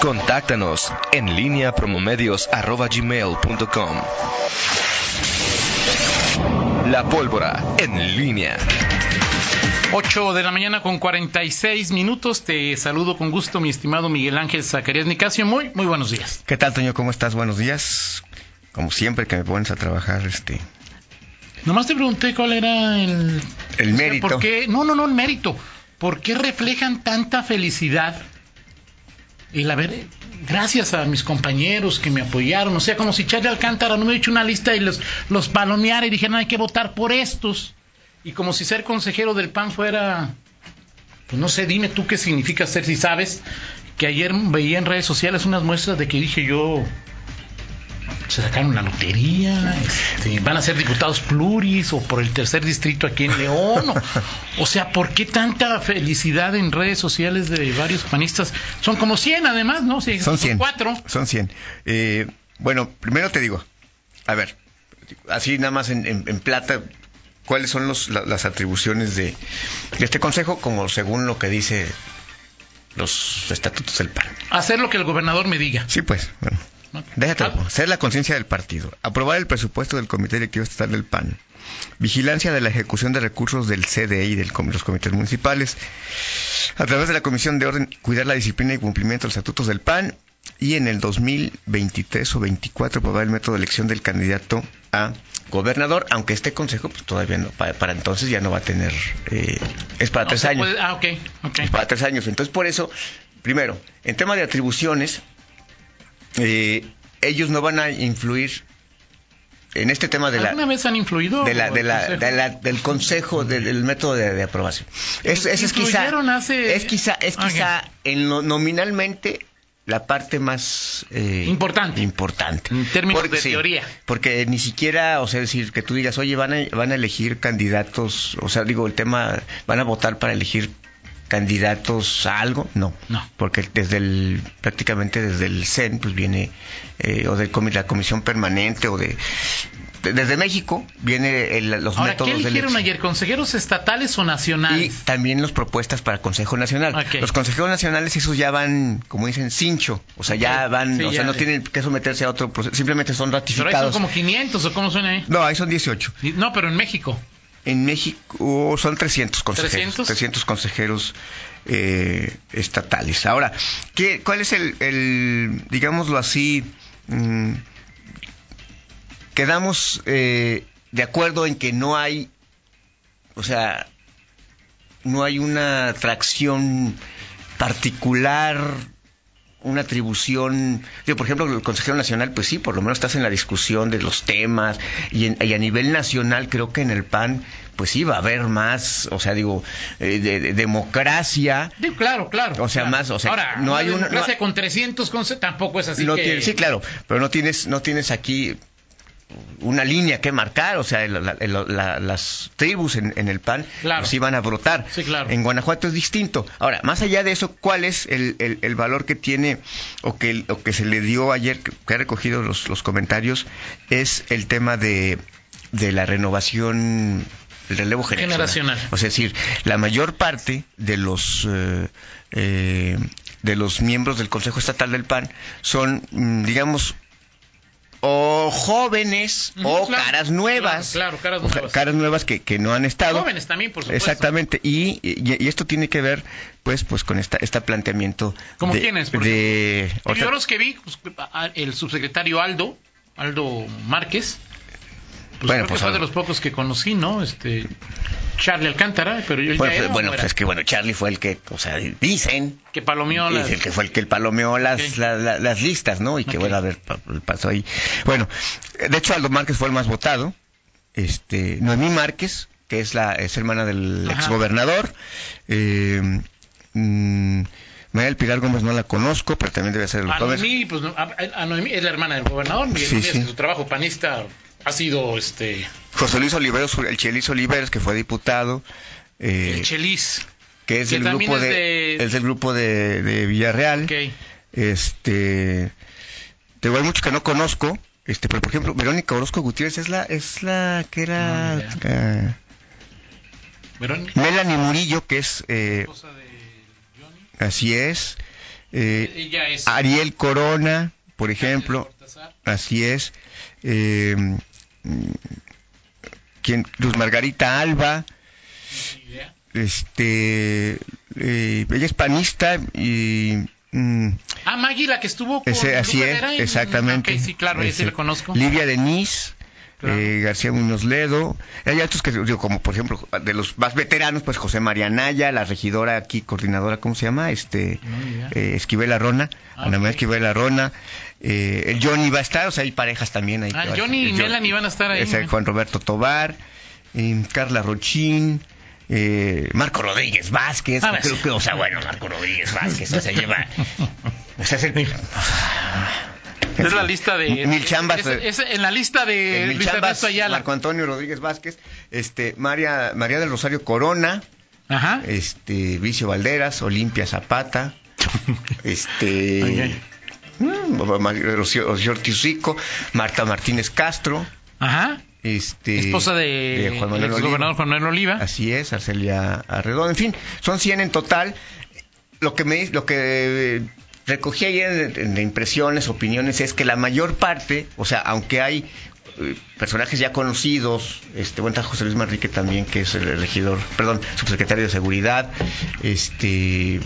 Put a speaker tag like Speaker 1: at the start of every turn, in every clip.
Speaker 1: Contáctanos en línea promomedios.com. La pólvora en línea.
Speaker 2: 8 de la mañana con 46 minutos. Te saludo con gusto, mi estimado Miguel Ángel Zacarías Nicasio. Muy, muy buenos días.
Speaker 3: ¿Qué tal, Toño? ¿Cómo estás? Buenos días. Como siempre que me pones a trabajar, este...
Speaker 2: Nomás te pregunté cuál era el...
Speaker 3: El mérito.
Speaker 2: ¿Por qué? No, no, no, el mérito. ¿Por qué reflejan tanta felicidad el haber... Gracias a mis compañeros que me apoyaron. O sea, como si Charlie Alcántara no me hubiera hecho una lista y los, los palomeara y dijeran hay que votar por estos y como si ser consejero del PAN fuera, pues no sé, dime tú qué significa ser, si sabes, que ayer veía en redes sociales unas muestras de que dije yo, se sacaron la lotería, este, van a ser diputados pluris o por el tercer distrito aquí en León. O, o, sea, ¿por qué tanta felicidad en redes sociales de varios panistas? Son como 100 además, ¿no?
Speaker 3: Sí, son 100.
Speaker 2: Cuatro.
Speaker 3: Son 100. Eh, bueno, primero te digo, a ver, así nada más en, en, en plata, cuáles son los, la, las atribuciones de, de, este consejo, como según lo que dice los estatutos del PAN.
Speaker 2: Hacer lo que el gobernador me diga.
Speaker 3: Sí, pues. Bueno. Déjate, ah. ser la conciencia del partido, aprobar el presupuesto del Comité Directivo Estatal del PAN, vigilancia de la ejecución de recursos del CDI y de los comités municipales, a través de la Comisión de Orden, cuidar la disciplina y cumplimiento de los estatutos del PAN, y en el 2023 o 24 probar el método de elección del candidato a gobernador, aunque este consejo pues todavía no, para, para entonces ya no va a tener, eh, es para no, tres años.
Speaker 2: Puede, ah, ok, ok.
Speaker 3: Es para tres años. Entonces por eso, primero, en tema de atribuciones, eh, ellos no van a influir en este tema de
Speaker 2: ¿Alguna
Speaker 3: la,
Speaker 2: vez han influido
Speaker 3: de la, de la, consejo? De la del consejo del, del método de, de aprobación es, eso es quizá
Speaker 2: hace... Ah,
Speaker 3: es quizá es quizá okay. en lo, nominalmente la parte más
Speaker 2: eh, importante.
Speaker 3: importante.
Speaker 2: En términos porque, de sí, teoría.
Speaker 3: Porque ni siquiera, o sea, decir que tú digas, oye, van a, van a elegir candidatos, o sea, digo, el tema, van a votar para elegir candidatos a algo, no.
Speaker 2: No.
Speaker 3: Porque desde el, prácticamente desde el CEN, pues viene, eh, o de la Comisión Permanente, o de. de desde México viene el, los
Speaker 2: Ahora,
Speaker 3: métodos
Speaker 2: ¿qué eligieron ayer? ¿Consejeros estatales o nacionales?
Speaker 3: Y también las propuestas para Consejo Nacional.
Speaker 2: Okay.
Speaker 3: Los consejeros nacionales, esos ya van, como dicen, cincho. O sea, ya
Speaker 2: Okay.
Speaker 3: van,
Speaker 2: Sí,
Speaker 3: o
Speaker 2: ya,
Speaker 3: sea, no
Speaker 2: ya.
Speaker 3: tienen que someterse a otro proceso, simplemente son
Speaker 2: Pero ahí son
Speaker 3: ratificados.
Speaker 2: como 500 o cómo suena ahí.
Speaker 3: No, ahí son 18.
Speaker 2: No, pero en México.
Speaker 3: En México son 300 consejeros.
Speaker 2: 300.
Speaker 3: 300 consejeros eh, estatales. Ahora, ¿qué, ¿cuál es el, el digámoslo así, mm, quedamos eh, de acuerdo en que no hay, o sea, no hay una atracción particular, una atribución. Digo, por ejemplo, el consejero nacional, pues sí, por lo menos estás en la discusión de los temas y, en- y a nivel nacional creo que en el PAN, pues sí va a haber más, o sea, digo, eh, de- de democracia.
Speaker 2: Sí, claro, claro.
Speaker 3: O sea,
Speaker 2: claro.
Speaker 3: más, o sea,
Speaker 2: Ahora,
Speaker 3: no hay una-
Speaker 2: democracia
Speaker 3: no-
Speaker 2: con 300 conse- tampoco es así
Speaker 3: No
Speaker 2: que...
Speaker 3: tiene- sí, claro, pero no tienes, no tienes aquí una línea que marcar, o sea, el- la- el- la- las tribus en, en el PAN
Speaker 2: Claro.
Speaker 3: pues, iban a brotar.
Speaker 2: Sí, claro.
Speaker 3: En Guanajuato es distinto. Ahora, más allá de eso, ¿cuál es el, el- el valor que tiene o que, o que se le dio ayer, que que ha recogido los, los comentarios, es el tema de, de la renovación, el relevo
Speaker 2: Generacional.
Speaker 3: o sea, es decir, la mayor parte de los eh, eh, de los miembros del Consejo Estatal del PAN son, mm, digamos, o jóvenes
Speaker 2: Ujú,
Speaker 3: o
Speaker 2: claro,
Speaker 3: caras nuevas.
Speaker 2: claro, claro, caras
Speaker 3: O sea,
Speaker 2: nuevas.
Speaker 3: caras nuevas que, que no han estado.
Speaker 2: Jóvenes también, por supuesto.
Speaker 3: Exactamente. Y, y- y esto tiene que ver, pues, pues con esta, este planteamiento.
Speaker 2: ¿Cómo
Speaker 3: de,
Speaker 2: quiénes, por
Speaker 3: de- o sea,
Speaker 2: Yo los que vi, pues, a- el subsecretario Aldo, Aldo Márquez, pues
Speaker 3: Bueno,
Speaker 2: creo
Speaker 3: pues,
Speaker 2: que fue
Speaker 3: Aldo.
Speaker 2: de los pocos que conocí, ¿no? Este, Charlie Alcántara, pero yo ya
Speaker 3: bueno,
Speaker 2: era,
Speaker 3: pues, bueno,
Speaker 2: ¿o
Speaker 3: pues
Speaker 2: era?
Speaker 3: es que bueno, Charlie fue el que, o sea, dicen
Speaker 2: que palomeó las-
Speaker 3: Es el que fue el que palomeó las,
Speaker 2: Ok.
Speaker 3: la- la- las listas, ¿no? Y que,
Speaker 2: Ok.
Speaker 3: bueno, a ver, pa- pasó ahí. Bueno, de hecho, Aldo Márquez fue el más votado. Este, Noemí Márquez, que es la es hermana del
Speaker 2: Ajá.
Speaker 3: exgobernador. Eh, mm, María del Pilar Gómez no la conozco, pero también debe ser el
Speaker 2: A
Speaker 3: doctor.
Speaker 2: Noemí, pues, no, a- a Noemí es la hermana del gobernador, Miguel
Speaker 3: Sí,
Speaker 2: Díaz,
Speaker 3: sí.
Speaker 2: que su trabajo panista ha sido este
Speaker 3: José Luis Oliveros, el Chelis Oliveros, que fue diputado. eh,
Speaker 2: el Chelis.
Speaker 3: que es
Speaker 2: que
Speaker 3: el
Speaker 2: también
Speaker 3: grupo
Speaker 2: es
Speaker 3: de,
Speaker 2: de-
Speaker 3: es del grupo de, de Villarreal.
Speaker 2: Ok.
Speaker 3: Este, te digo, hay muchos que no conozco, este, pero por ejemplo, Verónica Orozco Gutiérrez es la es la que
Speaker 2: No,
Speaker 3: era
Speaker 2: ni
Speaker 3: eh,
Speaker 2: Verónica,
Speaker 3: Melanie Murillo, que es eh,
Speaker 2: esposa de Johnny.
Speaker 3: así es. Eh, Ella es, Ariel Corona, por ejemplo. Así es. Eh, ¿quién? Luz Margarita Alba. Este, eh, ella es panista y
Speaker 2: mm, ah Maggie la que estuvo con
Speaker 3: ese, así es, en, exactamente.
Speaker 2: Okay, sí, claro, ese, sí la conozco.
Speaker 3: Livia Denise. Claro. Eh, García Muñoz Ledo, hay otros que digo, como por ejemplo de los más veteranos, pues José María Naya, la regidora aquí, coordinadora, ¿cómo se llama? Este oh, yeah. eh, Esquivel Arrona, ah, Ana María okay. Esquivel Arrona, eh, el Johnny va a estar, o sea, hay parejas también ahí.
Speaker 2: Ah, que, Johnny y Melanie van a estar ahí.
Speaker 3: Es, ¿no? Juan Roberto Tobar, eh, Carla Rochín, eh, Marco Rodríguez Vázquez, ah, creo que, o sea, bueno, Marco Rodríguez Vázquez, o sea, lleva. O sea, es el.
Speaker 2: Es la lista de.
Speaker 3: Mil chambas.
Speaker 2: Es, es, es en la lista de
Speaker 3: Luis chambas, Ayala. Marco Antonio Rodríguez Vázquez, este, María, María del Rosario Corona,
Speaker 2: Ajá.
Speaker 3: este, Vicio Valderas, Olimpia Zapata, este. mm, Okay. Ortiz Rico, Marta Martínez Castro.
Speaker 2: Ajá.
Speaker 3: Este,
Speaker 2: esposa de, de Juan Manuel el Oliva. gobernador Juan Manuel Oliva.
Speaker 3: Así es, Arcelia Arredondo. En fin, son 100 en total. Lo que me lo que recogí ayer de, de impresiones, opiniones es que la mayor parte, o sea, aunque hay eh, personajes ya conocidos, este, bueno, está José Luis Manrique también, que es el regidor, perdón, subsecretario de Seguridad, este, eh,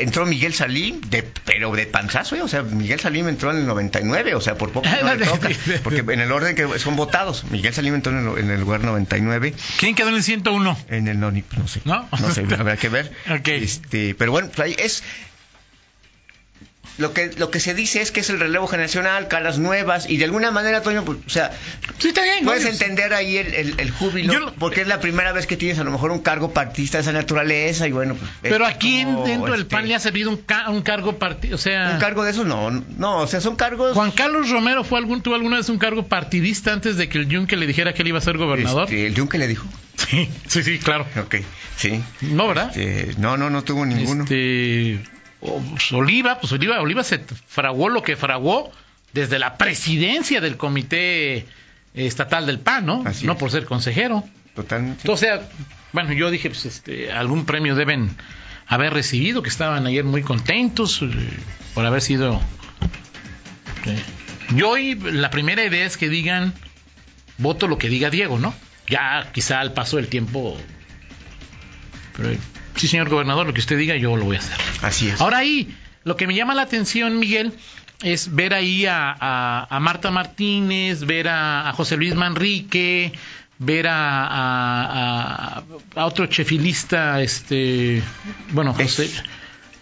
Speaker 3: entró Miguel Salim, de, pero de panzazo, ¿eh? o sea, Miguel Salim entró en el 99, o sea, por poco no le toca, porque en el orden que son votados, Miguel Salim entró en el, en el lugar 99.
Speaker 2: ¿Quién quedó en el 101?
Speaker 3: En el no, ni, no sé,
Speaker 2: no,
Speaker 3: no sé, habrá que ver.
Speaker 2: Okay.
Speaker 3: Este, pero bueno, es lo que lo que se dice es que es el relevo generacional, caras nuevas, y de alguna manera, Toño, pues, o sea,
Speaker 2: sí, está bien,
Speaker 3: puedes entender ahí el, el, el júbilo, yo, porque es la primera vez que tienes a lo mejor un cargo partista de esa naturaleza, y bueno, pues,
Speaker 2: Pero aquí dentro del este, PAN le ha servido un, ca un cargo partidista, o sea...
Speaker 3: Un cargo de eso no, no, o sea, son cargos... este,
Speaker 2: Juan Carlos Romero fue algún, tuvo alguna vez un cargo partidista antes de que el Yunque le dijera que él iba a ser gobernador.
Speaker 3: Este, ¿El Yunque le dijo?
Speaker 2: Sí, sí, sí, claro.
Speaker 3: Ok, sí.
Speaker 2: No, ¿verdad?
Speaker 3: Este, no, no, no tuvo ninguno.
Speaker 2: Este... Oliva, pues Oliva, Oliva se fraguó lo que fraguó desde la presidencia del comité estatal del PAN, ¿no?
Speaker 3: Así
Speaker 2: no
Speaker 3: es.
Speaker 2: por ser consejero.
Speaker 3: Totalmente.
Speaker 2: O sea, bueno, yo dije, pues este, algún premio deben haber recibido, que estaban ayer muy contentos eh, por haber sido. Eh. Yo hoy la primera idea es que digan, voto lo que diga Diego, ¿no? Ya quizá al paso del tiempo. Pero eh, sí, señor gobernador, lo que usted diga, yo lo voy a hacer.
Speaker 3: Así es.
Speaker 2: Ahora ahí, lo que me llama la atención, Miguel, es ver ahí a, a, a Marta Martínez, ver a, a, José Luis Manrique, ver a, otro chefilista, este, bueno, José. Es...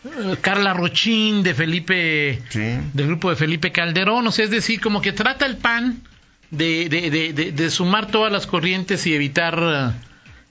Speaker 2: Uh, Carla Rochín de Felipe,
Speaker 3: sí.
Speaker 2: del grupo de Felipe Calderón, o sea, es decir, como que trata el PAN de, de, de, de sumar todas las corrientes y evitar uh,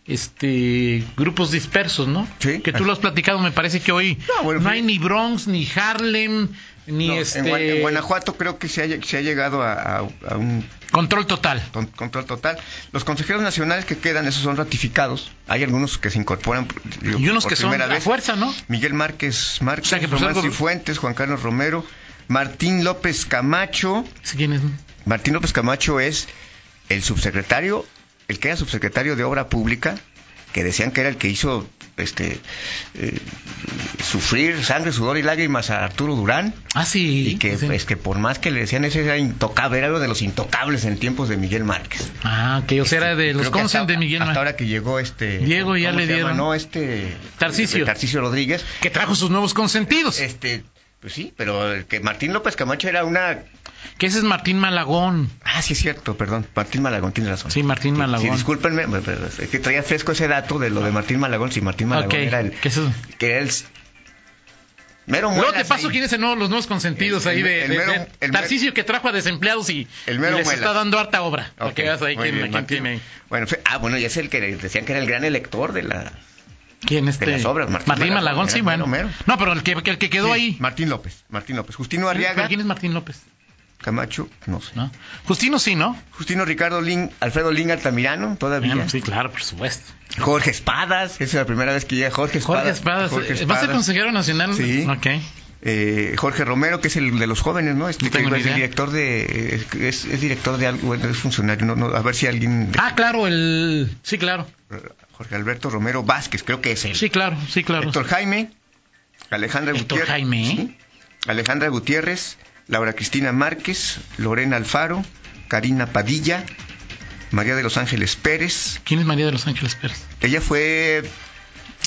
Speaker 2: este grupos dispersos, ¿no?
Speaker 3: Sí.
Speaker 2: Que tú lo has platicado, me parece que hoy no, bueno, no hay ni Bronx, ni Harlem, ni no, este...
Speaker 3: En, Gua en, Guanajuato creo que se ha, se ha llegado a, a, a, un...
Speaker 2: Control total.
Speaker 3: Con control total. Los consejeros nacionales que quedan, esos son ratificados. Hay algunos que se incorporan
Speaker 2: digo, y unos por que son a fuerza, ¿no?
Speaker 3: Miguel Márquez, Márquez, o sea, que Román algo... Cifuentes, Juan Carlos Romero, Martín López Camacho.
Speaker 2: ¿Sí, ¿Quién es?
Speaker 3: Martín López Camacho es el subsecretario el que era subsecretario de Obra Pública, que decían que era el que hizo este eh, sufrir sangre, sudor y lágrimas a Arturo Durán.
Speaker 2: Ah, sí.
Speaker 3: Y que,
Speaker 2: sí.
Speaker 3: Pues, que por más que le decían ese era intocable, era uno de los intocables en tiempos de Miguel Márquez.
Speaker 2: Ah, que o sea, era de los consens de Miguel
Speaker 3: Márquez. este, Hasta ahora que llegó este.
Speaker 2: Diego ya le dieron.
Speaker 3: No, este.
Speaker 2: Tarcicio.
Speaker 3: Tarcicio Rodríguez.
Speaker 2: Que trajo sus nuevos consentidos.
Speaker 3: Este. Pues sí, pero el que Martín López Camacho era una
Speaker 2: que ese es Martín Malagón.
Speaker 3: Ah, sí, es cierto, perdón. Martín Malagón tiene razón.
Speaker 2: Sí, Martín Malagón. Sí,
Speaker 3: discúlpenme, pero es que traía fresco ese dato de lo de Martín Malagón. Si sí, Martín Malagón
Speaker 2: okay.
Speaker 3: era el.
Speaker 2: ¿Qué es eso?
Speaker 3: Que era el. Mero
Speaker 2: Luego te paso quiénes son los nuevos consentidos el, ahí de, el, de, mero, de, el Tarcicio que trajo a desempleados y,
Speaker 3: el mero
Speaker 2: y les
Speaker 3: muelas.
Speaker 2: está dando harta obra. Okay. Porque vas ahí quién, quién tiene.
Speaker 3: Bueno, fue, ah, bueno, y es el que decían que era el gran elector de la.
Speaker 2: ¿Quién este?
Speaker 3: De las obras,
Speaker 2: Martín, Martín Malagón, sí, bueno. Mero. No, pero el que, el que quedó sí, ahí.
Speaker 3: Martín López, Martín López. Justino Arriaga.
Speaker 2: ¿Quién es Martín López?
Speaker 3: Camacho, no sé.
Speaker 2: ¿No? Justino sí, ¿no?
Speaker 3: Justino Ricardo Lin, Alfredo Lin Altamirano, todavía.
Speaker 2: sí, claro, por supuesto.
Speaker 3: Jorge Espadas, esa es la primera vez que llega Jorge Espadas.
Speaker 2: Jorge Espadas, Jorge Espadas. ¿va a ser consejero nacional?
Speaker 3: Sí.
Speaker 2: Ok.
Speaker 3: Eh, Jorge Romero, que es el de los jóvenes, ¿no? Es, no tengo es el director de. eh, Es, es, director de algo, es funcionario, no, no, a ver si alguien.
Speaker 2: Ah, claro, el. Sí, claro.
Speaker 3: Jorge Alberto Romero Vázquez, creo que es él.
Speaker 2: Sí, claro, sí, claro.
Speaker 3: Héctor Jaime. Alejandra
Speaker 2: Héctor
Speaker 3: Gutiérrez.
Speaker 2: Jaime, ¿eh?
Speaker 3: sí. Alejandra Gutiérrez, Laura Cristina Márquez, Lorena Alfaro, Karina Padilla, María de los Ángeles Pérez.
Speaker 2: ¿Quién es María de los Ángeles Pérez?
Speaker 3: Ella fue.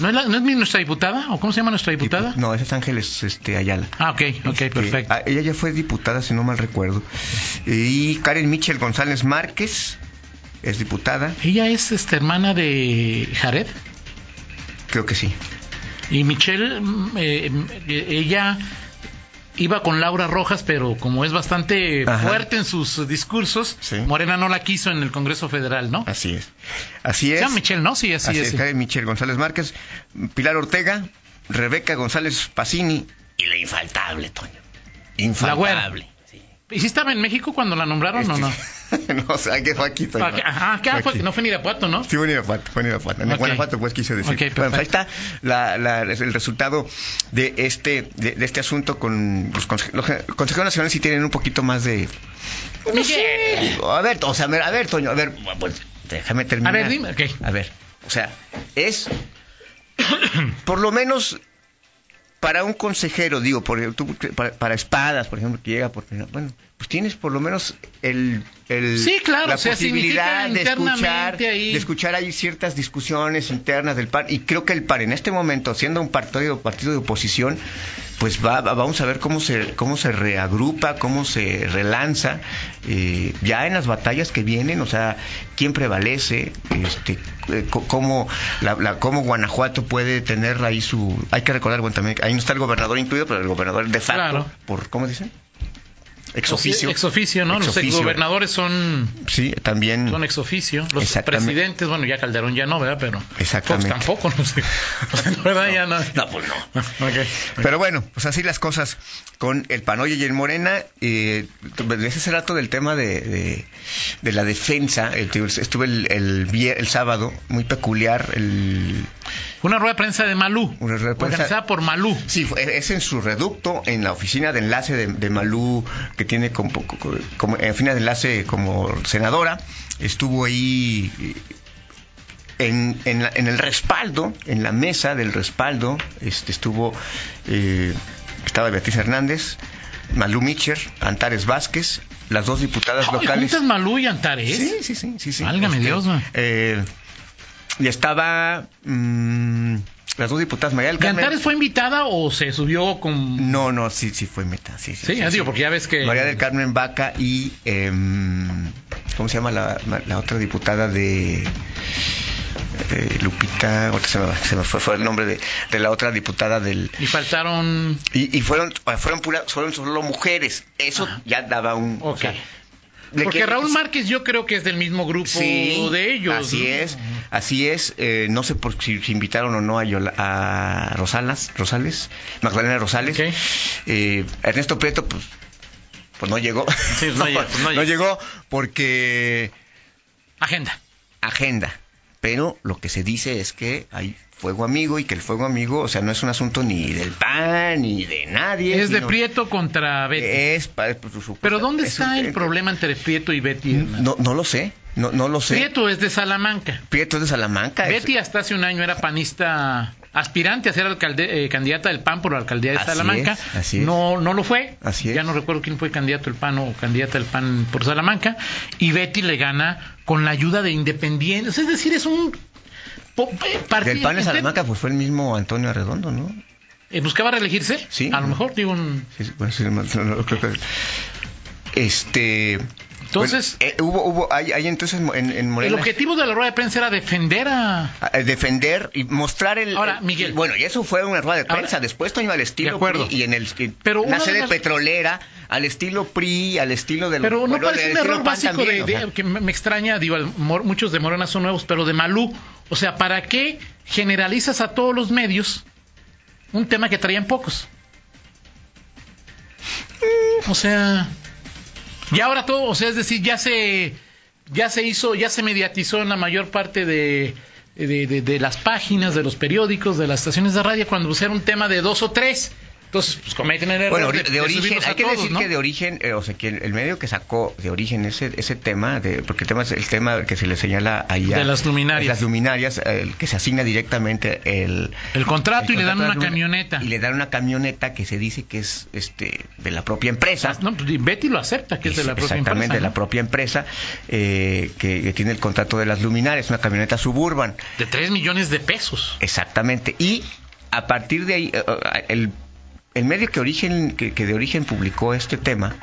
Speaker 2: ¿No es, la- no es mi- nuestra diputada? ¿O cómo se llama nuestra diputada?
Speaker 3: No, esa es Ángeles este, Ayala.
Speaker 2: Ah, ok, ok,
Speaker 3: Este,
Speaker 2: perfecto.
Speaker 3: ah, ella ya fue diputada, si no mal recuerdo. Y Karen Michel González Márquez es diputada,
Speaker 2: Ella es este, hermana de Jared.
Speaker 3: creo que sí.
Speaker 2: Y Michelle, mm, eh, mm, eh, ella iba con Laura Rojas, pero como es bastante
Speaker 3: Ajá.
Speaker 2: fuerte en sus discursos,
Speaker 3: Sí.
Speaker 2: Morena no la quiso en el Congreso Federal, ¿no?
Speaker 3: Así es. Así
Speaker 2: Se
Speaker 3: es.
Speaker 2: llama Michelle, ¿no? Sí, así,
Speaker 3: Así
Speaker 2: es.
Speaker 3: es, Karen Michel González Márquez, Pilar Ortega, Rebeca González Pacini y la infaltable, Toño.
Speaker 2: La
Speaker 3: Infaltable.
Speaker 2: güera. ¿Y si estaba en México cuando la nombraron o no?
Speaker 3: no? no, o sea, que fue aquí, Toño.
Speaker 2: Ah, que- Ajá, que- ah,
Speaker 3: Fue
Speaker 2: fue-
Speaker 3: Este, aquí.
Speaker 2: no fue en Irapuato, ¿no?
Speaker 3: Sí, fue en Irapuato, fue en Irapuato. En
Speaker 2: Ok.
Speaker 3: Guanajuato, pues, quise decir.
Speaker 2: Ok, perfecto.
Speaker 3: bueno, ahí está la- la- el resultado de este de, de este asunto con los, conse- los consejeros nacionales sí tienen un poquito más de...
Speaker 2: Miguel.
Speaker 3: Digo, a ver, o sea, a ver, a ver, Toño, a ver, pues, déjame terminar.
Speaker 2: A ver, dime, ok.
Speaker 3: A ver, o sea, es... Por lo menos para un consejero, digo, por, tú- para, para espadas, por ejemplo, que llega por primera- bueno, pues tienes por lo menos el, el-
Speaker 2: Sí, claro,
Speaker 3: la
Speaker 2: o sea,
Speaker 3: posibilidad
Speaker 2: significa
Speaker 3: de escuchar,
Speaker 2: internamente ahí.
Speaker 3: de escuchar ahí ciertas discusiones internas del PAN y creo que el PAN en este momento, siendo un partido partido de oposición, pues va, va- vamos a ver cómo se cómo se reagrupa, cómo se relanza eh, ya en las batallas que vienen, o sea, quién prevalece, este, eh, co- cómo la, la- cómo Guanajuato puede tener ahí su, hay que recordar bueno también, ahí no está el gobernador incluido, pero el gobernador de facto
Speaker 2: Claro.
Speaker 3: por cómo dicen ex oficio,
Speaker 2: Ex oficio, ¿no?
Speaker 3: Ex
Speaker 2: Los
Speaker 3: oficio.
Speaker 2: exgobernadores son,
Speaker 3: sí, también
Speaker 2: son ex oficio. Los
Speaker 3: Exactamente.
Speaker 2: presidentes, bueno, ya Calderón ya no, ¿verdad? Pero
Speaker 3: Exactamente.
Speaker 2: Fox tampoco, no sé. La ¿Verdad? Ya no.
Speaker 3: No, pues no.
Speaker 2: Ok.
Speaker 3: Pero bueno, pues así las cosas con el Panoye y el Morena. Eh, tuve- ese rato del tema de, de, de la defensa. eh, tuve- Estuve el, el, vier- el sábado, muy peculiar. El,
Speaker 2: Una rueda de prensa de Malú.
Speaker 3: Una rueda de prensa-
Speaker 2: Organizada por Malú.
Speaker 3: sí, fue- es en su reducto, en la oficina de enlace de, de Malú, que tiene como, como- en oficina de enlace como senadora. Estuvo ahí eh, en, en la- en el respaldo, en la mesa del respaldo, este, estuvo eh, estaba Beatriz Hernández, Malú Micher, Antares Vázquez, las dos diputadas
Speaker 2: Ay,
Speaker 3: locales.
Speaker 2: juntas Malú y Antares.
Speaker 3: Sí, sí, sí, sí, sí.
Speaker 2: Válgame Dios, güey.
Speaker 3: eh, y estaba mm, las dos diputadas María del
Speaker 2: ¿Y
Speaker 3: Carmen.
Speaker 2: Antares fue invitada o se subió con.?
Speaker 3: No, no, sí, sí fue meta, sí, sí.
Speaker 2: Sí, ya digo, porque eh, ya ves que.
Speaker 3: María del Carmen Vaca y em, ¿cómo se llama la, la otra diputada de eh, Lupita? ahorita se me, se me fue, fue el nombre de, de la otra diputada del
Speaker 2: Y faltaron.
Speaker 3: y, y fueron fueron pura- fueron solo mujeres. Eso ya daba un o
Speaker 2: Ok.
Speaker 3: sea, de
Speaker 2: porque
Speaker 3: que-
Speaker 2: Raúl Márquez yo creo que es del mismo grupo
Speaker 3: Sí,
Speaker 2: de ellos.
Speaker 3: Así
Speaker 2: ¿no?
Speaker 3: es, así es. Eh, no sé por si, si invitaron o no a, Yola- a Rosales, Rosales, Magdalena Rosales.
Speaker 2: Ok.
Speaker 3: Eh, Ernesto Prieto, pues, pues no llegó.
Speaker 2: Sí, no llegó, no llegó.
Speaker 3: llegó porque
Speaker 2: Agenda.
Speaker 3: agenda. Pero lo que se dice es que hay fuego amigo y que el fuego amigo, o sea, no es un asunto ni del PAN ni de nadie.
Speaker 2: Es de
Speaker 3: sino-
Speaker 2: Prieto contra Betty.
Speaker 3: Es, pa- es, por su-
Speaker 2: Pero ¿dónde
Speaker 3: Eh, es
Speaker 2: está
Speaker 3: un-
Speaker 2: el problema entre Prieto y Betty? Hernández?
Speaker 3: No, no lo sé, no, no lo sé.
Speaker 2: Prieto es de Salamanca.
Speaker 3: Prieto es de Salamanca. es-
Speaker 2: Betty hasta hace un año era panista aspirante a ser alcalde, eh, candidata del PAN por la alcaldía de
Speaker 3: Así
Speaker 2: Salamanca.
Speaker 3: es, así es.
Speaker 2: No, no lo fue.
Speaker 3: Así es.
Speaker 2: ya no recuerdo quién fue candidato del PAN o candidata del PAN por Salamanca. Y Betty le gana con la ayuda de independientes. Es decir, es un po- eh, partido.
Speaker 3: Del PAN de
Speaker 2: este-
Speaker 3: Salamanca, pues fue el mismo Antonio Arredondo, ¿no?
Speaker 2: eh, buscaba reelegirse.
Speaker 3: Sí.
Speaker 2: A lo mejor digo un-
Speaker 3: Sí, sí, bueno, sí, no, no, no, creo que- Este.
Speaker 2: Entonces-
Speaker 3: bueno, eh, hubo, hubo, hay, hay entonces en, en
Speaker 2: El
Speaker 3: Morena.
Speaker 2: objetivo de la rueda de prensa era defender a.
Speaker 3: eh, defender y mostrar el.
Speaker 2: Ahora,
Speaker 3: el-
Speaker 2: Miguel.
Speaker 3: bueno, y eso fue una rueda de
Speaker 2: Ahora,
Speaker 3: prensa. Después Toño al estilo
Speaker 2: de acuerdo.
Speaker 3: PRI y en el. y
Speaker 2: Pero
Speaker 3: una
Speaker 2: una de
Speaker 3: sede
Speaker 2: las-
Speaker 3: petrolera, al estilo PRI, al estilo de los-
Speaker 2: Pero no
Speaker 3: bueno,
Speaker 2: parece
Speaker 3: del
Speaker 2: un
Speaker 3: estilo
Speaker 2: error
Speaker 3: PAN
Speaker 2: básico
Speaker 3: también,
Speaker 2: de,
Speaker 3: o
Speaker 2: de-
Speaker 3: sea.
Speaker 2: que me me extraña, digo, al Mor- muchos de Morena son nuevos, pero de Malú, o sea, ¿para qué generalizas a todos los medios un tema que traían pocos? O sea, y ahora todo, o sea, es decir, ya se ya se hizo, ya se mediatizó en la mayor parte de de, de- de las páginas, de los periódicos, de las estaciones de radio, cuando era un tema de dos o tres. Entonces, pues cometen el error.
Speaker 3: Bueno,
Speaker 2: de,
Speaker 3: de,
Speaker 2: de
Speaker 3: origen,
Speaker 2: subirlos a
Speaker 3: hay que
Speaker 2: todos,
Speaker 3: decir
Speaker 2: ¿no?
Speaker 3: que de origen, eh, o sea, que el, el medio que sacó de origen ese, ese tema, de, porque el tema es el tema que se le señala ahí a-
Speaker 2: De las luminarias.
Speaker 3: Las luminarias, eh, el que se asigna directamente el.
Speaker 2: El contrato
Speaker 3: el
Speaker 2: y le dan
Speaker 3: contrato
Speaker 2: una
Speaker 3: de lumi-
Speaker 2: camioneta.
Speaker 3: Y le dan una camioneta que se dice que es este de la propia
Speaker 2: Ah,
Speaker 3: empresa.
Speaker 2: No, pues, y Betty lo acepta, que es de la propia
Speaker 3: Exactamente,
Speaker 2: empresa,
Speaker 3: de la
Speaker 2: ¿no?
Speaker 3: propia empresa eh, que, que tiene el contrato de las luminarias, una camioneta suburban.
Speaker 2: De 3 millones de pesos.
Speaker 3: Exactamente. Y a partir de ahí, eh, eh, el, el medio que, origen, que, que de origen publicó este tema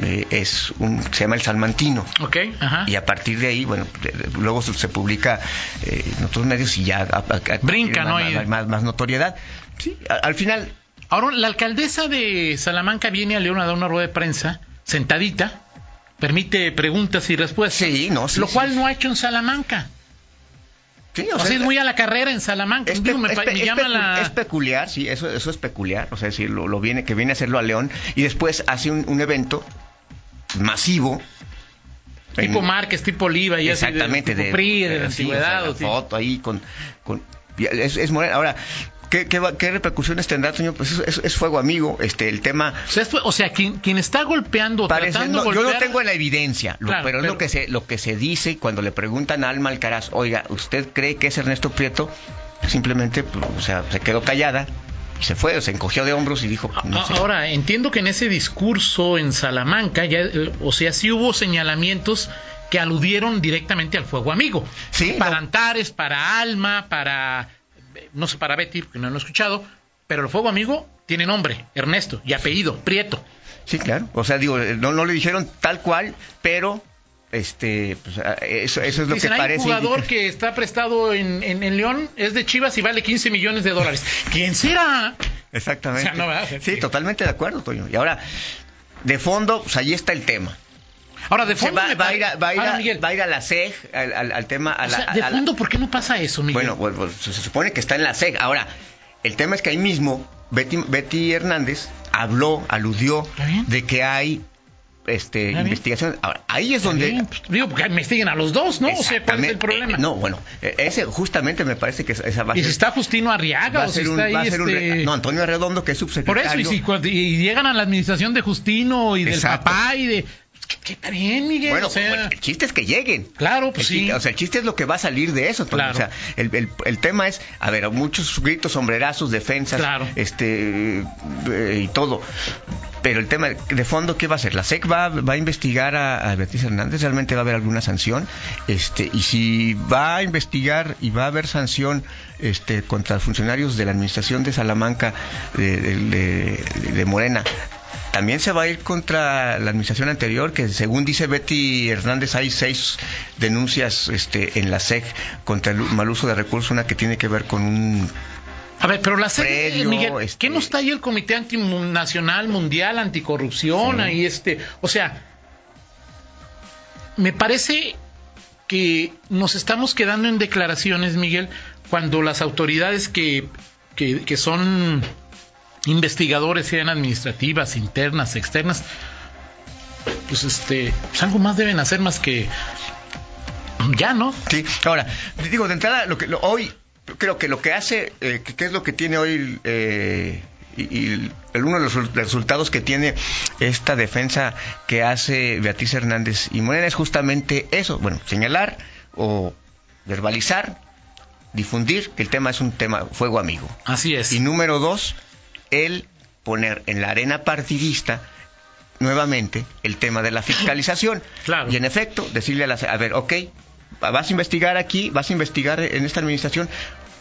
Speaker 3: eh, es un, se llama El Salmantino.
Speaker 2: ¿Ok? Ajá.
Speaker 3: Y a partir de ahí, bueno, de- de- luego se, se publica eh, en otros medios y ya a- a- a-
Speaker 2: Brinca,
Speaker 3: tiene
Speaker 2: ¿no?
Speaker 3: Más,
Speaker 2: Y-
Speaker 3: más- más- más notoriedad. Sí, a- al final,
Speaker 2: Ahora, la alcaldesa de Salamanca viene a León a dar una rueda de prensa, sentadita, permite preguntas y respuestas.
Speaker 3: sí, no, sí,
Speaker 2: lo
Speaker 3: sí,
Speaker 2: cual
Speaker 3: sí,
Speaker 2: no ha hecho en Salamanca.
Speaker 3: sí,
Speaker 2: O, sea, es muy a la carrera en Salamanca.
Speaker 3: es,
Speaker 2: Digo, me,
Speaker 3: pe-
Speaker 2: pa-
Speaker 3: Este es pe-
Speaker 2: me
Speaker 3: es
Speaker 2: llama
Speaker 3: pecu-
Speaker 2: la...
Speaker 3: es peculiar, sí, eso, eso es peculiar, o sea, decir, lo, lo viene, que viene a hacerlo a León y después hace un, un evento masivo.
Speaker 2: tipo
Speaker 3: en-
Speaker 2: Márquez, tipo Oliva, y así de-
Speaker 3: Exactamente,
Speaker 2: tipo
Speaker 3: de,
Speaker 2: PRI, de,
Speaker 3: de-
Speaker 2: la
Speaker 3: sí, o sea,
Speaker 2: antigüedad.
Speaker 3: la
Speaker 2: o sí.
Speaker 3: foto ahí con... con- y es, es morena. Ahora, ¿qué, qué, va- qué repercusiones tendrá, señor? Pues es, es- es fuego amigo, este, el tema...
Speaker 2: O sea, esto- o sea, quien, quien está golpeando, o
Speaker 3: Parece,
Speaker 2: tratando
Speaker 3: no,
Speaker 2: de
Speaker 3: yo no
Speaker 2: golpear-
Speaker 3: tengo la evidencia, lo-
Speaker 2: Claro,
Speaker 3: pero es
Speaker 2: pero-
Speaker 3: lo que se lo que se dice cuando le preguntan a Alma Alcaraz, oiga, ¿usted cree que es Ernesto Prieto? Simplemente, pues, o sea, se quedó callada y se fue, o se encogió de hombros y dijo, no
Speaker 2: A-
Speaker 3: sé.
Speaker 2: Ahora, entiendo que en ese discurso en Salamanca, ya, eh, o sea, sí hubo señalamientos que aludieron directamente al fuego amigo.
Speaker 3: Sí,
Speaker 2: Para
Speaker 3: no.
Speaker 2: Antares, para Alma, para, eh, no sé, para Betty, porque no lo he escuchado, pero el fuego amigo tiene nombre, Ernesto, y apellido, Prieto.
Speaker 3: Sí, claro. O sea, digo, eh, no, no le dijeron tal cual, pero este, pues, ah, eso, eso es lo
Speaker 2: Dicen,
Speaker 3: que
Speaker 2: hay
Speaker 3: parece.
Speaker 2: un jugador
Speaker 3: indicar".
Speaker 2: que está prestado en, en- en León, es de Chivas y vale 15 millones de dólares. ¿Quién será?
Speaker 3: Exactamente.
Speaker 2: O sea, no, ¿verdad?
Speaker 3: sí, totalmente de acuerdo, Toño. Y ahora, de fondo, pues ahí está el tema.
Speaker 2: Ahora, de
Speaker 3: Se
Speaker 2: fondo...
Speaker 3: va,
Speaker 2: me
Speaker 3: va a
Speaker 2: pare-
Speaker 3: ir a, va a ir
Speaker 2: Ahora,
Speaker 3: a-
Speaker 2: Miguel,
Speaker 3: va a ir a la SEG, al, al- al tema... A
Speaker 2: o
Speaker 3: la,
Speaker 2: sea, de
Speaker 3: a la-
Speaker 2: fondo, ¿por qué no pasa eso, Miguel?
Speaker 3: bueno, bueno, bueno, se, se supone que está en la SEG. Ahora, el tema es que ahí mismo Betty, Betty Hernández habló, aludió
Speaker 2: Está bien.
Speaker 3: de que hay este,
Speaker 2: bien.
Speaker 3: investigación. Ahora, ahí es donde...
Speaker 2: Bien, pues, digo, porque investiguen a los dos, ¿no? O sea, ¿cuál es
Speaker 3: Exactamente.
Speaker 2: el problema?
Speaker 3: Eh, no, bueno, eh, ese justamente me parece que esa- esa va a
Speaker 2: Y
Speaker 3: ser...
Speaker 2: si está Justino
Speaker 3: va
Speaker 2: Arriaga,
Speaker 3: a
Speaker 2: o si
Speaker 3: ser un-
Speaker 2: está ahí
Speaker 3: va a ser un
Speaker 2: este...
Speaker 3: re- No, Antonio Arredondo, que es
Speaker 2: Por
Speaker 3: subsecretario...
Speaker 2: eso, y, si, cuando- y llegan a la administración de Justino y del
Speaker 3: Exacto.
Speaker 2: papá y de... ¿Qué, qué está bien, Miguel?
Speaker 3: Bueno,
Speaker 2: o sea,
Speaker 3: pues, el chiste es que lleguen.
Speaker 2: Claro, pues
Speaker 3: El chi-
Speaker 2: sí.
Speaker 3: O sea, el chiste es lo que va a salir de eso. Toño.
Speaker 2: Claro.
Speaker 3: O sea, el, el- el tema es, a ver, muchos gritos, sombrerazos, defensas,
Speaker 2: Claro.
Speaker 3: este eh, y todo. Pero el tema de fondo, ¿qué va a hacer? ¿La SEC va, va a investigar a, a Beatriz Hernández? ¿Realmente va a haber alguna sanción? este Y si va a investigar y va a haber sanción este contra funcionarios de la administración de Salamanca, de, de- de- de Morena, también se va a ir contra la administración anterior, que según dice Betty Hernández, hay seis denuncias este, en la SEC contra el mal uso de recursos, una que tiene que ver con un
Speaker 2: A ver, pero la serie,
Speaker 3: Previo,
Speaker 2: Miguel, ¿qué
Speaker 3: este-
Speaker 2: no está ahí el Comité Antinacional Mundial Anticorrupción?
Speaker 3: Sí.
Speaker 2: Ahí este, o sea, me parece que nos estamos quedando en declaraciones, Miguel, cuando las autoridades que, que, que son investigadores, sean administrativas, internas, externas, pues este, pues algo más deben hacer más que ya, ¿no?
Speaker 3: Sí, ahora, digo, de entrada, lo que, lo- hoy, creo que lo que hace, eh, que- ¿qué es lo que tiene hoy eh, y, y el- uno de los resu- resultados que tiene esta defensa que hace Beatriz Hernández y Morena es justamente eso, bueno, señalar o verbalizar, difundir que el tema es un tema fuego amigo.
Speaker 2: Así es.
Speaker 3: Y número dos, el poner en la arena partidista nuevamente el tema de la fiscalización.
Speaker 2: Claro.
Speaker 3: Y en efecto, decirle a la... A ver, ok, vas a investigar aquí, vas a investigar en esta administración,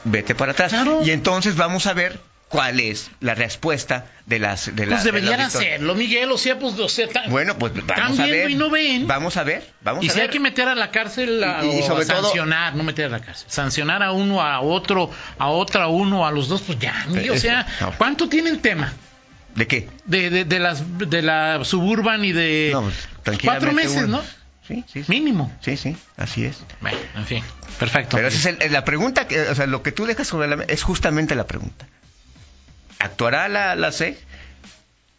Speaker 3: vete para atrás.
Speaker 2: Claro.
Speaker 3: Y entonces vamos a ver cuál es la respuesta de las... De la-
Speaker 2: Pues
Speaker 3: de la
Speaker 2: deberían
Speaker 3: auditoría.
Speaker 2: hacerlo, Miguel, o sea, pues, o sea, ta-
Speaker 3: Bueno, pues vamos
Speaker 2: Están
Speaker 3: a
Speaker 2: viendo
Speaker 3: ver.
Speaker 2: y no ven.
Speaker 3: Vamos a ver, vamos
Speaker 2: Y
Speaker 3: a
Speaker 2: si hay
Speaker 3: ver.
Speaker 2: que meter a la cárcel a,
Speaker 3: Y- y
Speaker 2: o a
Speaker 3: sobre todo-
Speaker 2: sancionar, no meter a la cárcel, sancionar a uno, a otro, a otra, a uno, a los dos, pues ya, Miguel, o
Speaker 3: Eso,
Speaker 2: sea,
Speaker 3: no.
Speaker 2: ¿cuánto tiene el tema?
Speaker 3: ¿De qué?
Speaker 2: De, de, de las de la suburban y de
Speaker 3: No, pues, tranquilamente
Speaker 2: Eh, cuatro meses,
Speaker 3: uno.
Speaker 2: ¿no?
Speaker 3: Sí, sí, sí.
Speaker 2: Mínimo.
Speaker 3: Sí, sí, así es.
Speaker 2: Bueno, en fin, perfecto.
Speaker 3: Pero esa es el- eh, la pregunta, que, o sea, lo que tú dejas sobre la mesa es justamente la pregunta. ¿Actuará la, la SEC?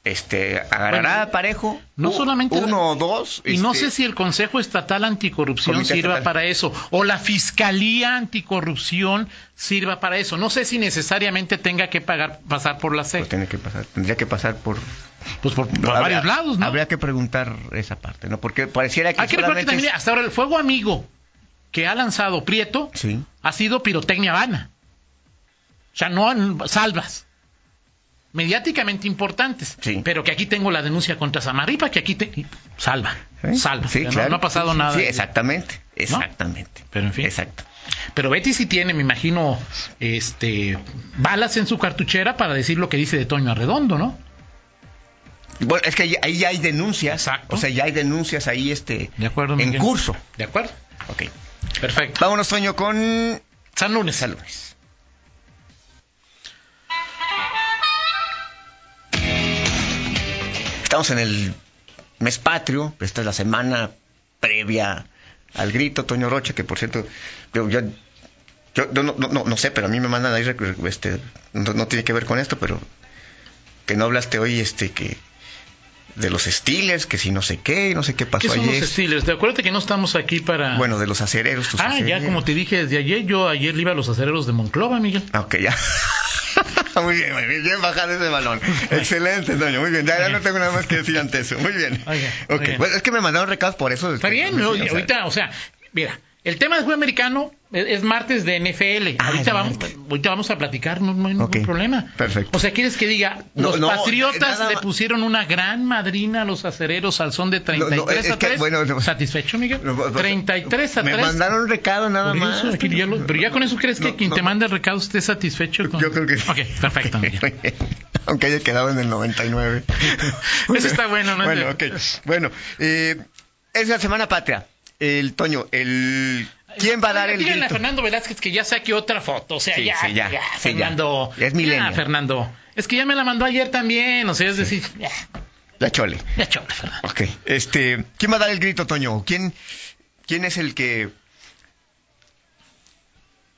Speaker 3: este agarrará
Speaker 2: Bueno,
Speaker 3: parejo
Speaker 2: no
Speaker 3: u-
Speaker 2: solamente la-
Speaker 3: uno o dos
Speaker 2: Y no
Speaker 3: este,
Speaker 2: sé si el Consejo Estatal Anticorrupción
Speaker 3: Comité
Speaker 2: sirva
Speaker 3: Estatal.
Speaker 2: para eso, o la Fiscalía Anticorrupción sirva para eso. No sé si necesariamente tenga que pagar, pasar por la SED.
Speaker 3: pues, tiene que pasar tendría que pasar por,
Speaker 2: Pues por, por
Speaker 3: habría-
Speaker 2: varios lados, ¿no?
Speaker 3: habría que preguntar esa parte no porque pareciera que
Speaker 2: Hay que recordar que
Speaker 3: solamente es-
Speaker 2: también hasta ahora el fuego amigo que ha lanzado Prieto
Speaker 3: sí
Speaker 2: ha sido pirotecnia vana. O sea, no han- salvas. Mediáticamente importantes.
Speaker 3: Sí.
Speaker 2: Pero que aquí tengo la denuncia contra Samaripa, que aquí te... Salva.
Speaker 3: ¿Eh?
Speaker 2: Salva.
Speaker 3: Sí,
Speaker 2: O sea, Ah, no-
Speaker 3: claro.
Speaker 2: no, ha pasado
Speaker 3: Sí, sí,
Speaker 2: nada.
Speaker 3: Sí, exactamente, exactamente.
Speaker 2: Pero en fin.
Speaker 3: Exacto.
Speaker 2: Pero Betty sí tiene, me imagino, este, balas en su cartuchera para decir lo que dice de Toño Arredondo, ¿no?
Speaker 3: Bueno, es que ya- ahí ya hay denuncias.
Speaker 2: Exacto.
Speaker 3: O sea, ya hay denuncias ahí este
Speaker 2: De acuerdo.
Speaker 3: en
Speaker 2: Miguel.
Speaker 3: curso.
Speaker 2: De acuerdo.
Speaker 3: Ok.
Speaker 2: Perfecto.
Speaker 3: Vámonos, Toño, con
Speaker 2: San Lunes.
Speaker 3: San Luis. Estamos en el mes patrio. Esta es la semana previa al grito, Toño Rocha, que por cierto, yo, yo- yo no, no- no- no sé, pero a mí me mandan ahí, rec- este, no, no tiene que ver con esto, pero que no hablaste hoy este que de los Steelers, que si no sé qué, no sé qué pasó
Speaker 2: ¿Qué son
Speaker 3: ayer.
Speaker 2: los Steelers? De acuérdate que no estamos aquí para...
Speaker 3: Bueno, de los acereros. tus
Speaker 2: ah,
Speaker 3: acereros.
Speaker 2: ya como te dije desde ayer, yo ayer le iba a los acereros de Monclova, Miguel.
Speaker 3: Ah, Ok, ya. muy bien, muy bien, bien bajado ese balón. Excelente, Toño, muy bien. Ya, ya no tengo nada más que decir ante eso. Muy bien.
Speaker 2: Oiga,
Speaker 3: Ok,
Speaker 2: oiga.
Speaker 3: bueno, es que me mandaron recados por eso.
Speaker 2: Está bien, ¿no? Y ahorita, o sea, mira, el tema del juego americano es, es martes de NFL.
Speaker 3: Ah, es
Speaker 2: ahorita, vamos,
Speaker 3: martes.
Speaker 2: ahorita vamos a platicar, no, no hay ningún
Speaker 3: Ok,
Speaker 2: problema.
Speaker 3: perfecto.
Speaker 2: O sea, ¿quieres que diga?
Speaker 3: No,
Speaker 2: los
Speaker 3: no,
Speaker 2: Patriotas
Speaker 3: nada
Speaker 2: le
Speaker 3: ma-
Speaker 2: pusieron una gran madrina a los acereros al son de 33
Speaker 3: No, no, es
Speaker 2: a
Speaker 3: que,
Speaker 2: 3.
Speaker 3: bueno, no.
Speaker 2: ¿Satisfecho, Miguel?
Speaker 3: No, no, no.
Speaker 2: 33 a 3.
Speaker 3: Me mandaron recado nada
Speaker 2: Por
Speaker 3: más.
Speaker 2: eso, aquí ya lo- pero ya con eso crees que
Speaker 3: No,
Speaker 2: quien
Speaker 3: no,
Speaker 2: te
Speaker 3: no.
Speaker 2: manda el recado esté satisfecho. Con...
Speaker 3: Yo creo que sí.
Speaker 2: Ok, perfecto. Miguel.
Speaker 3: Aunque haya quedado en el 99.
Speaker 2: Eso está bueno, ¿no?
Speaker 3: Bueno, ok. Bueno, eh, es la Semana Patria. El Toño, el... ¿Quién va a dar el
Speaker 2: Díganle a
Speaker 3: grito?
Speaker 2: Fernando Velázquez que ya saque otra foto. O sea,
Speaker 3: Sí,
Speaker 2: ya,
Speaker 3: sí,
Speaker 2: ya,
Speaker 3: ya, sí, ya.
Speaker 2: Fernando.
Speaker 3: Ya es milenio.
Speaker 2: Ya, Fernando. Es que ya me la mandó ayer también. O sea, es decir, ya,
Speaker 3: La Chole.
Speaker 2: ya chole, Fernando.
Speaker 3: Ok. Este, ¿Quién va a dar el grito, Toño? ¿Quién, quién es el que...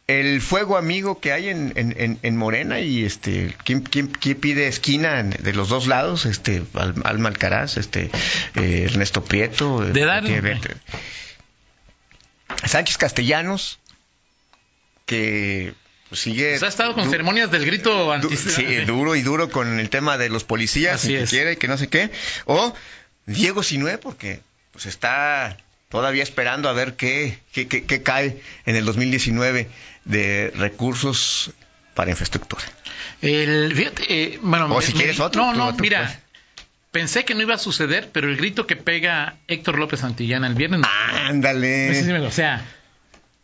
Speaker 3: El fuego amigo que hay en, en- en- en Morena y este, ¿quién, quién, quién pide esquina en- de los dos lados? Este, Al- Alma Alcaraz, este, eh, Ernesto Prieto. eh,
Speaker 2: De dar-
Speaker 3: Gutiérrez. Sánchez Castellanos, que sigue...
Speaker 2: Pues ha estado con
Speaker 3: Eh, du-
Speaker 2: ceremonias del grito
Speaker 3: Du-
Speaker 2: anti. eh,
Speaker 3: sí, duro y duro con el tema de los policías,
Speaker 2: Así
Speaker 3: y que
Speaker 2: es.
Speaker 3: quiere, y que no sé qué. O Diego Sinue, porque pues está todavía esperando a ver qué, qué, qué- qué cae en el 2019 de recursos para infraestructura.
Speaker 2: El, fíjate, eh, bueno,
Speaker 3: O si quieres otro,
Speaker 2: No,
Speaker 3: tú,
Speaker 2: no,
Speaker 3: otro,
Speaker 2: mira.
Speaker 3: pues.
Speaker 2: Pensé que no iba a suceder, pero el grito que pega Héctor López Santillana el viernes.
Speaker 3: Ah, Ándale.
Speaker 2: Ese sí me- o sea,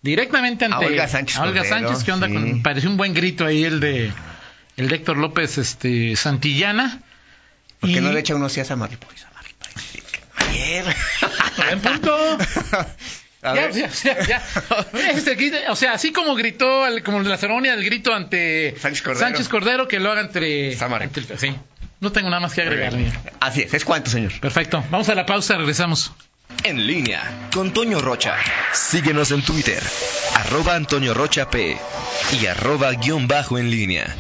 Speaker 2: directamente ante
Speaker 3: A Olga Sánchez
Speaker 2: a Olga
Speaker 3: Cordero,
Speaker 2: Sánchez, ¿qué onda?
Speaker 3: sí.
Speaker 2: Con, pareció un buen grito ahí el de el de Héctor López este, Santillana.
Speaker 3: ¿Por qué
Speaker 2: Y-
Speaker 3: no le echa uno así a pues, Samarripoy? Samarripoy. Ayer.
Speaker 2: Buen punto.
Speaker 3: A
Speaker 2: Ya,
Speaker 3: ver.
Speaker 2: ya, ya, ya. Este, aquí, o sea, así como gritó, al- como la ceremonia del grito ante
Speaker 3: Sánchez Cordero.
Speaker 2: Cordero, que lo haga entre.
Speaker 3: Samara.
Speaker 2: ante el- sí. No tengo nada más que agregar. Miguel.
Speaker 3: Así es. ¿Es cuánto, señor?
Speaker 2: Perfecto. Vamos a la pausa, regresamos.
Speaker 1: En línea.
Speaker 4: Con Toño Rocha.
Speaker 1: Síguenos en Twitter. Arroba Antonio Rocha P. Y arroba guión bajo en línea.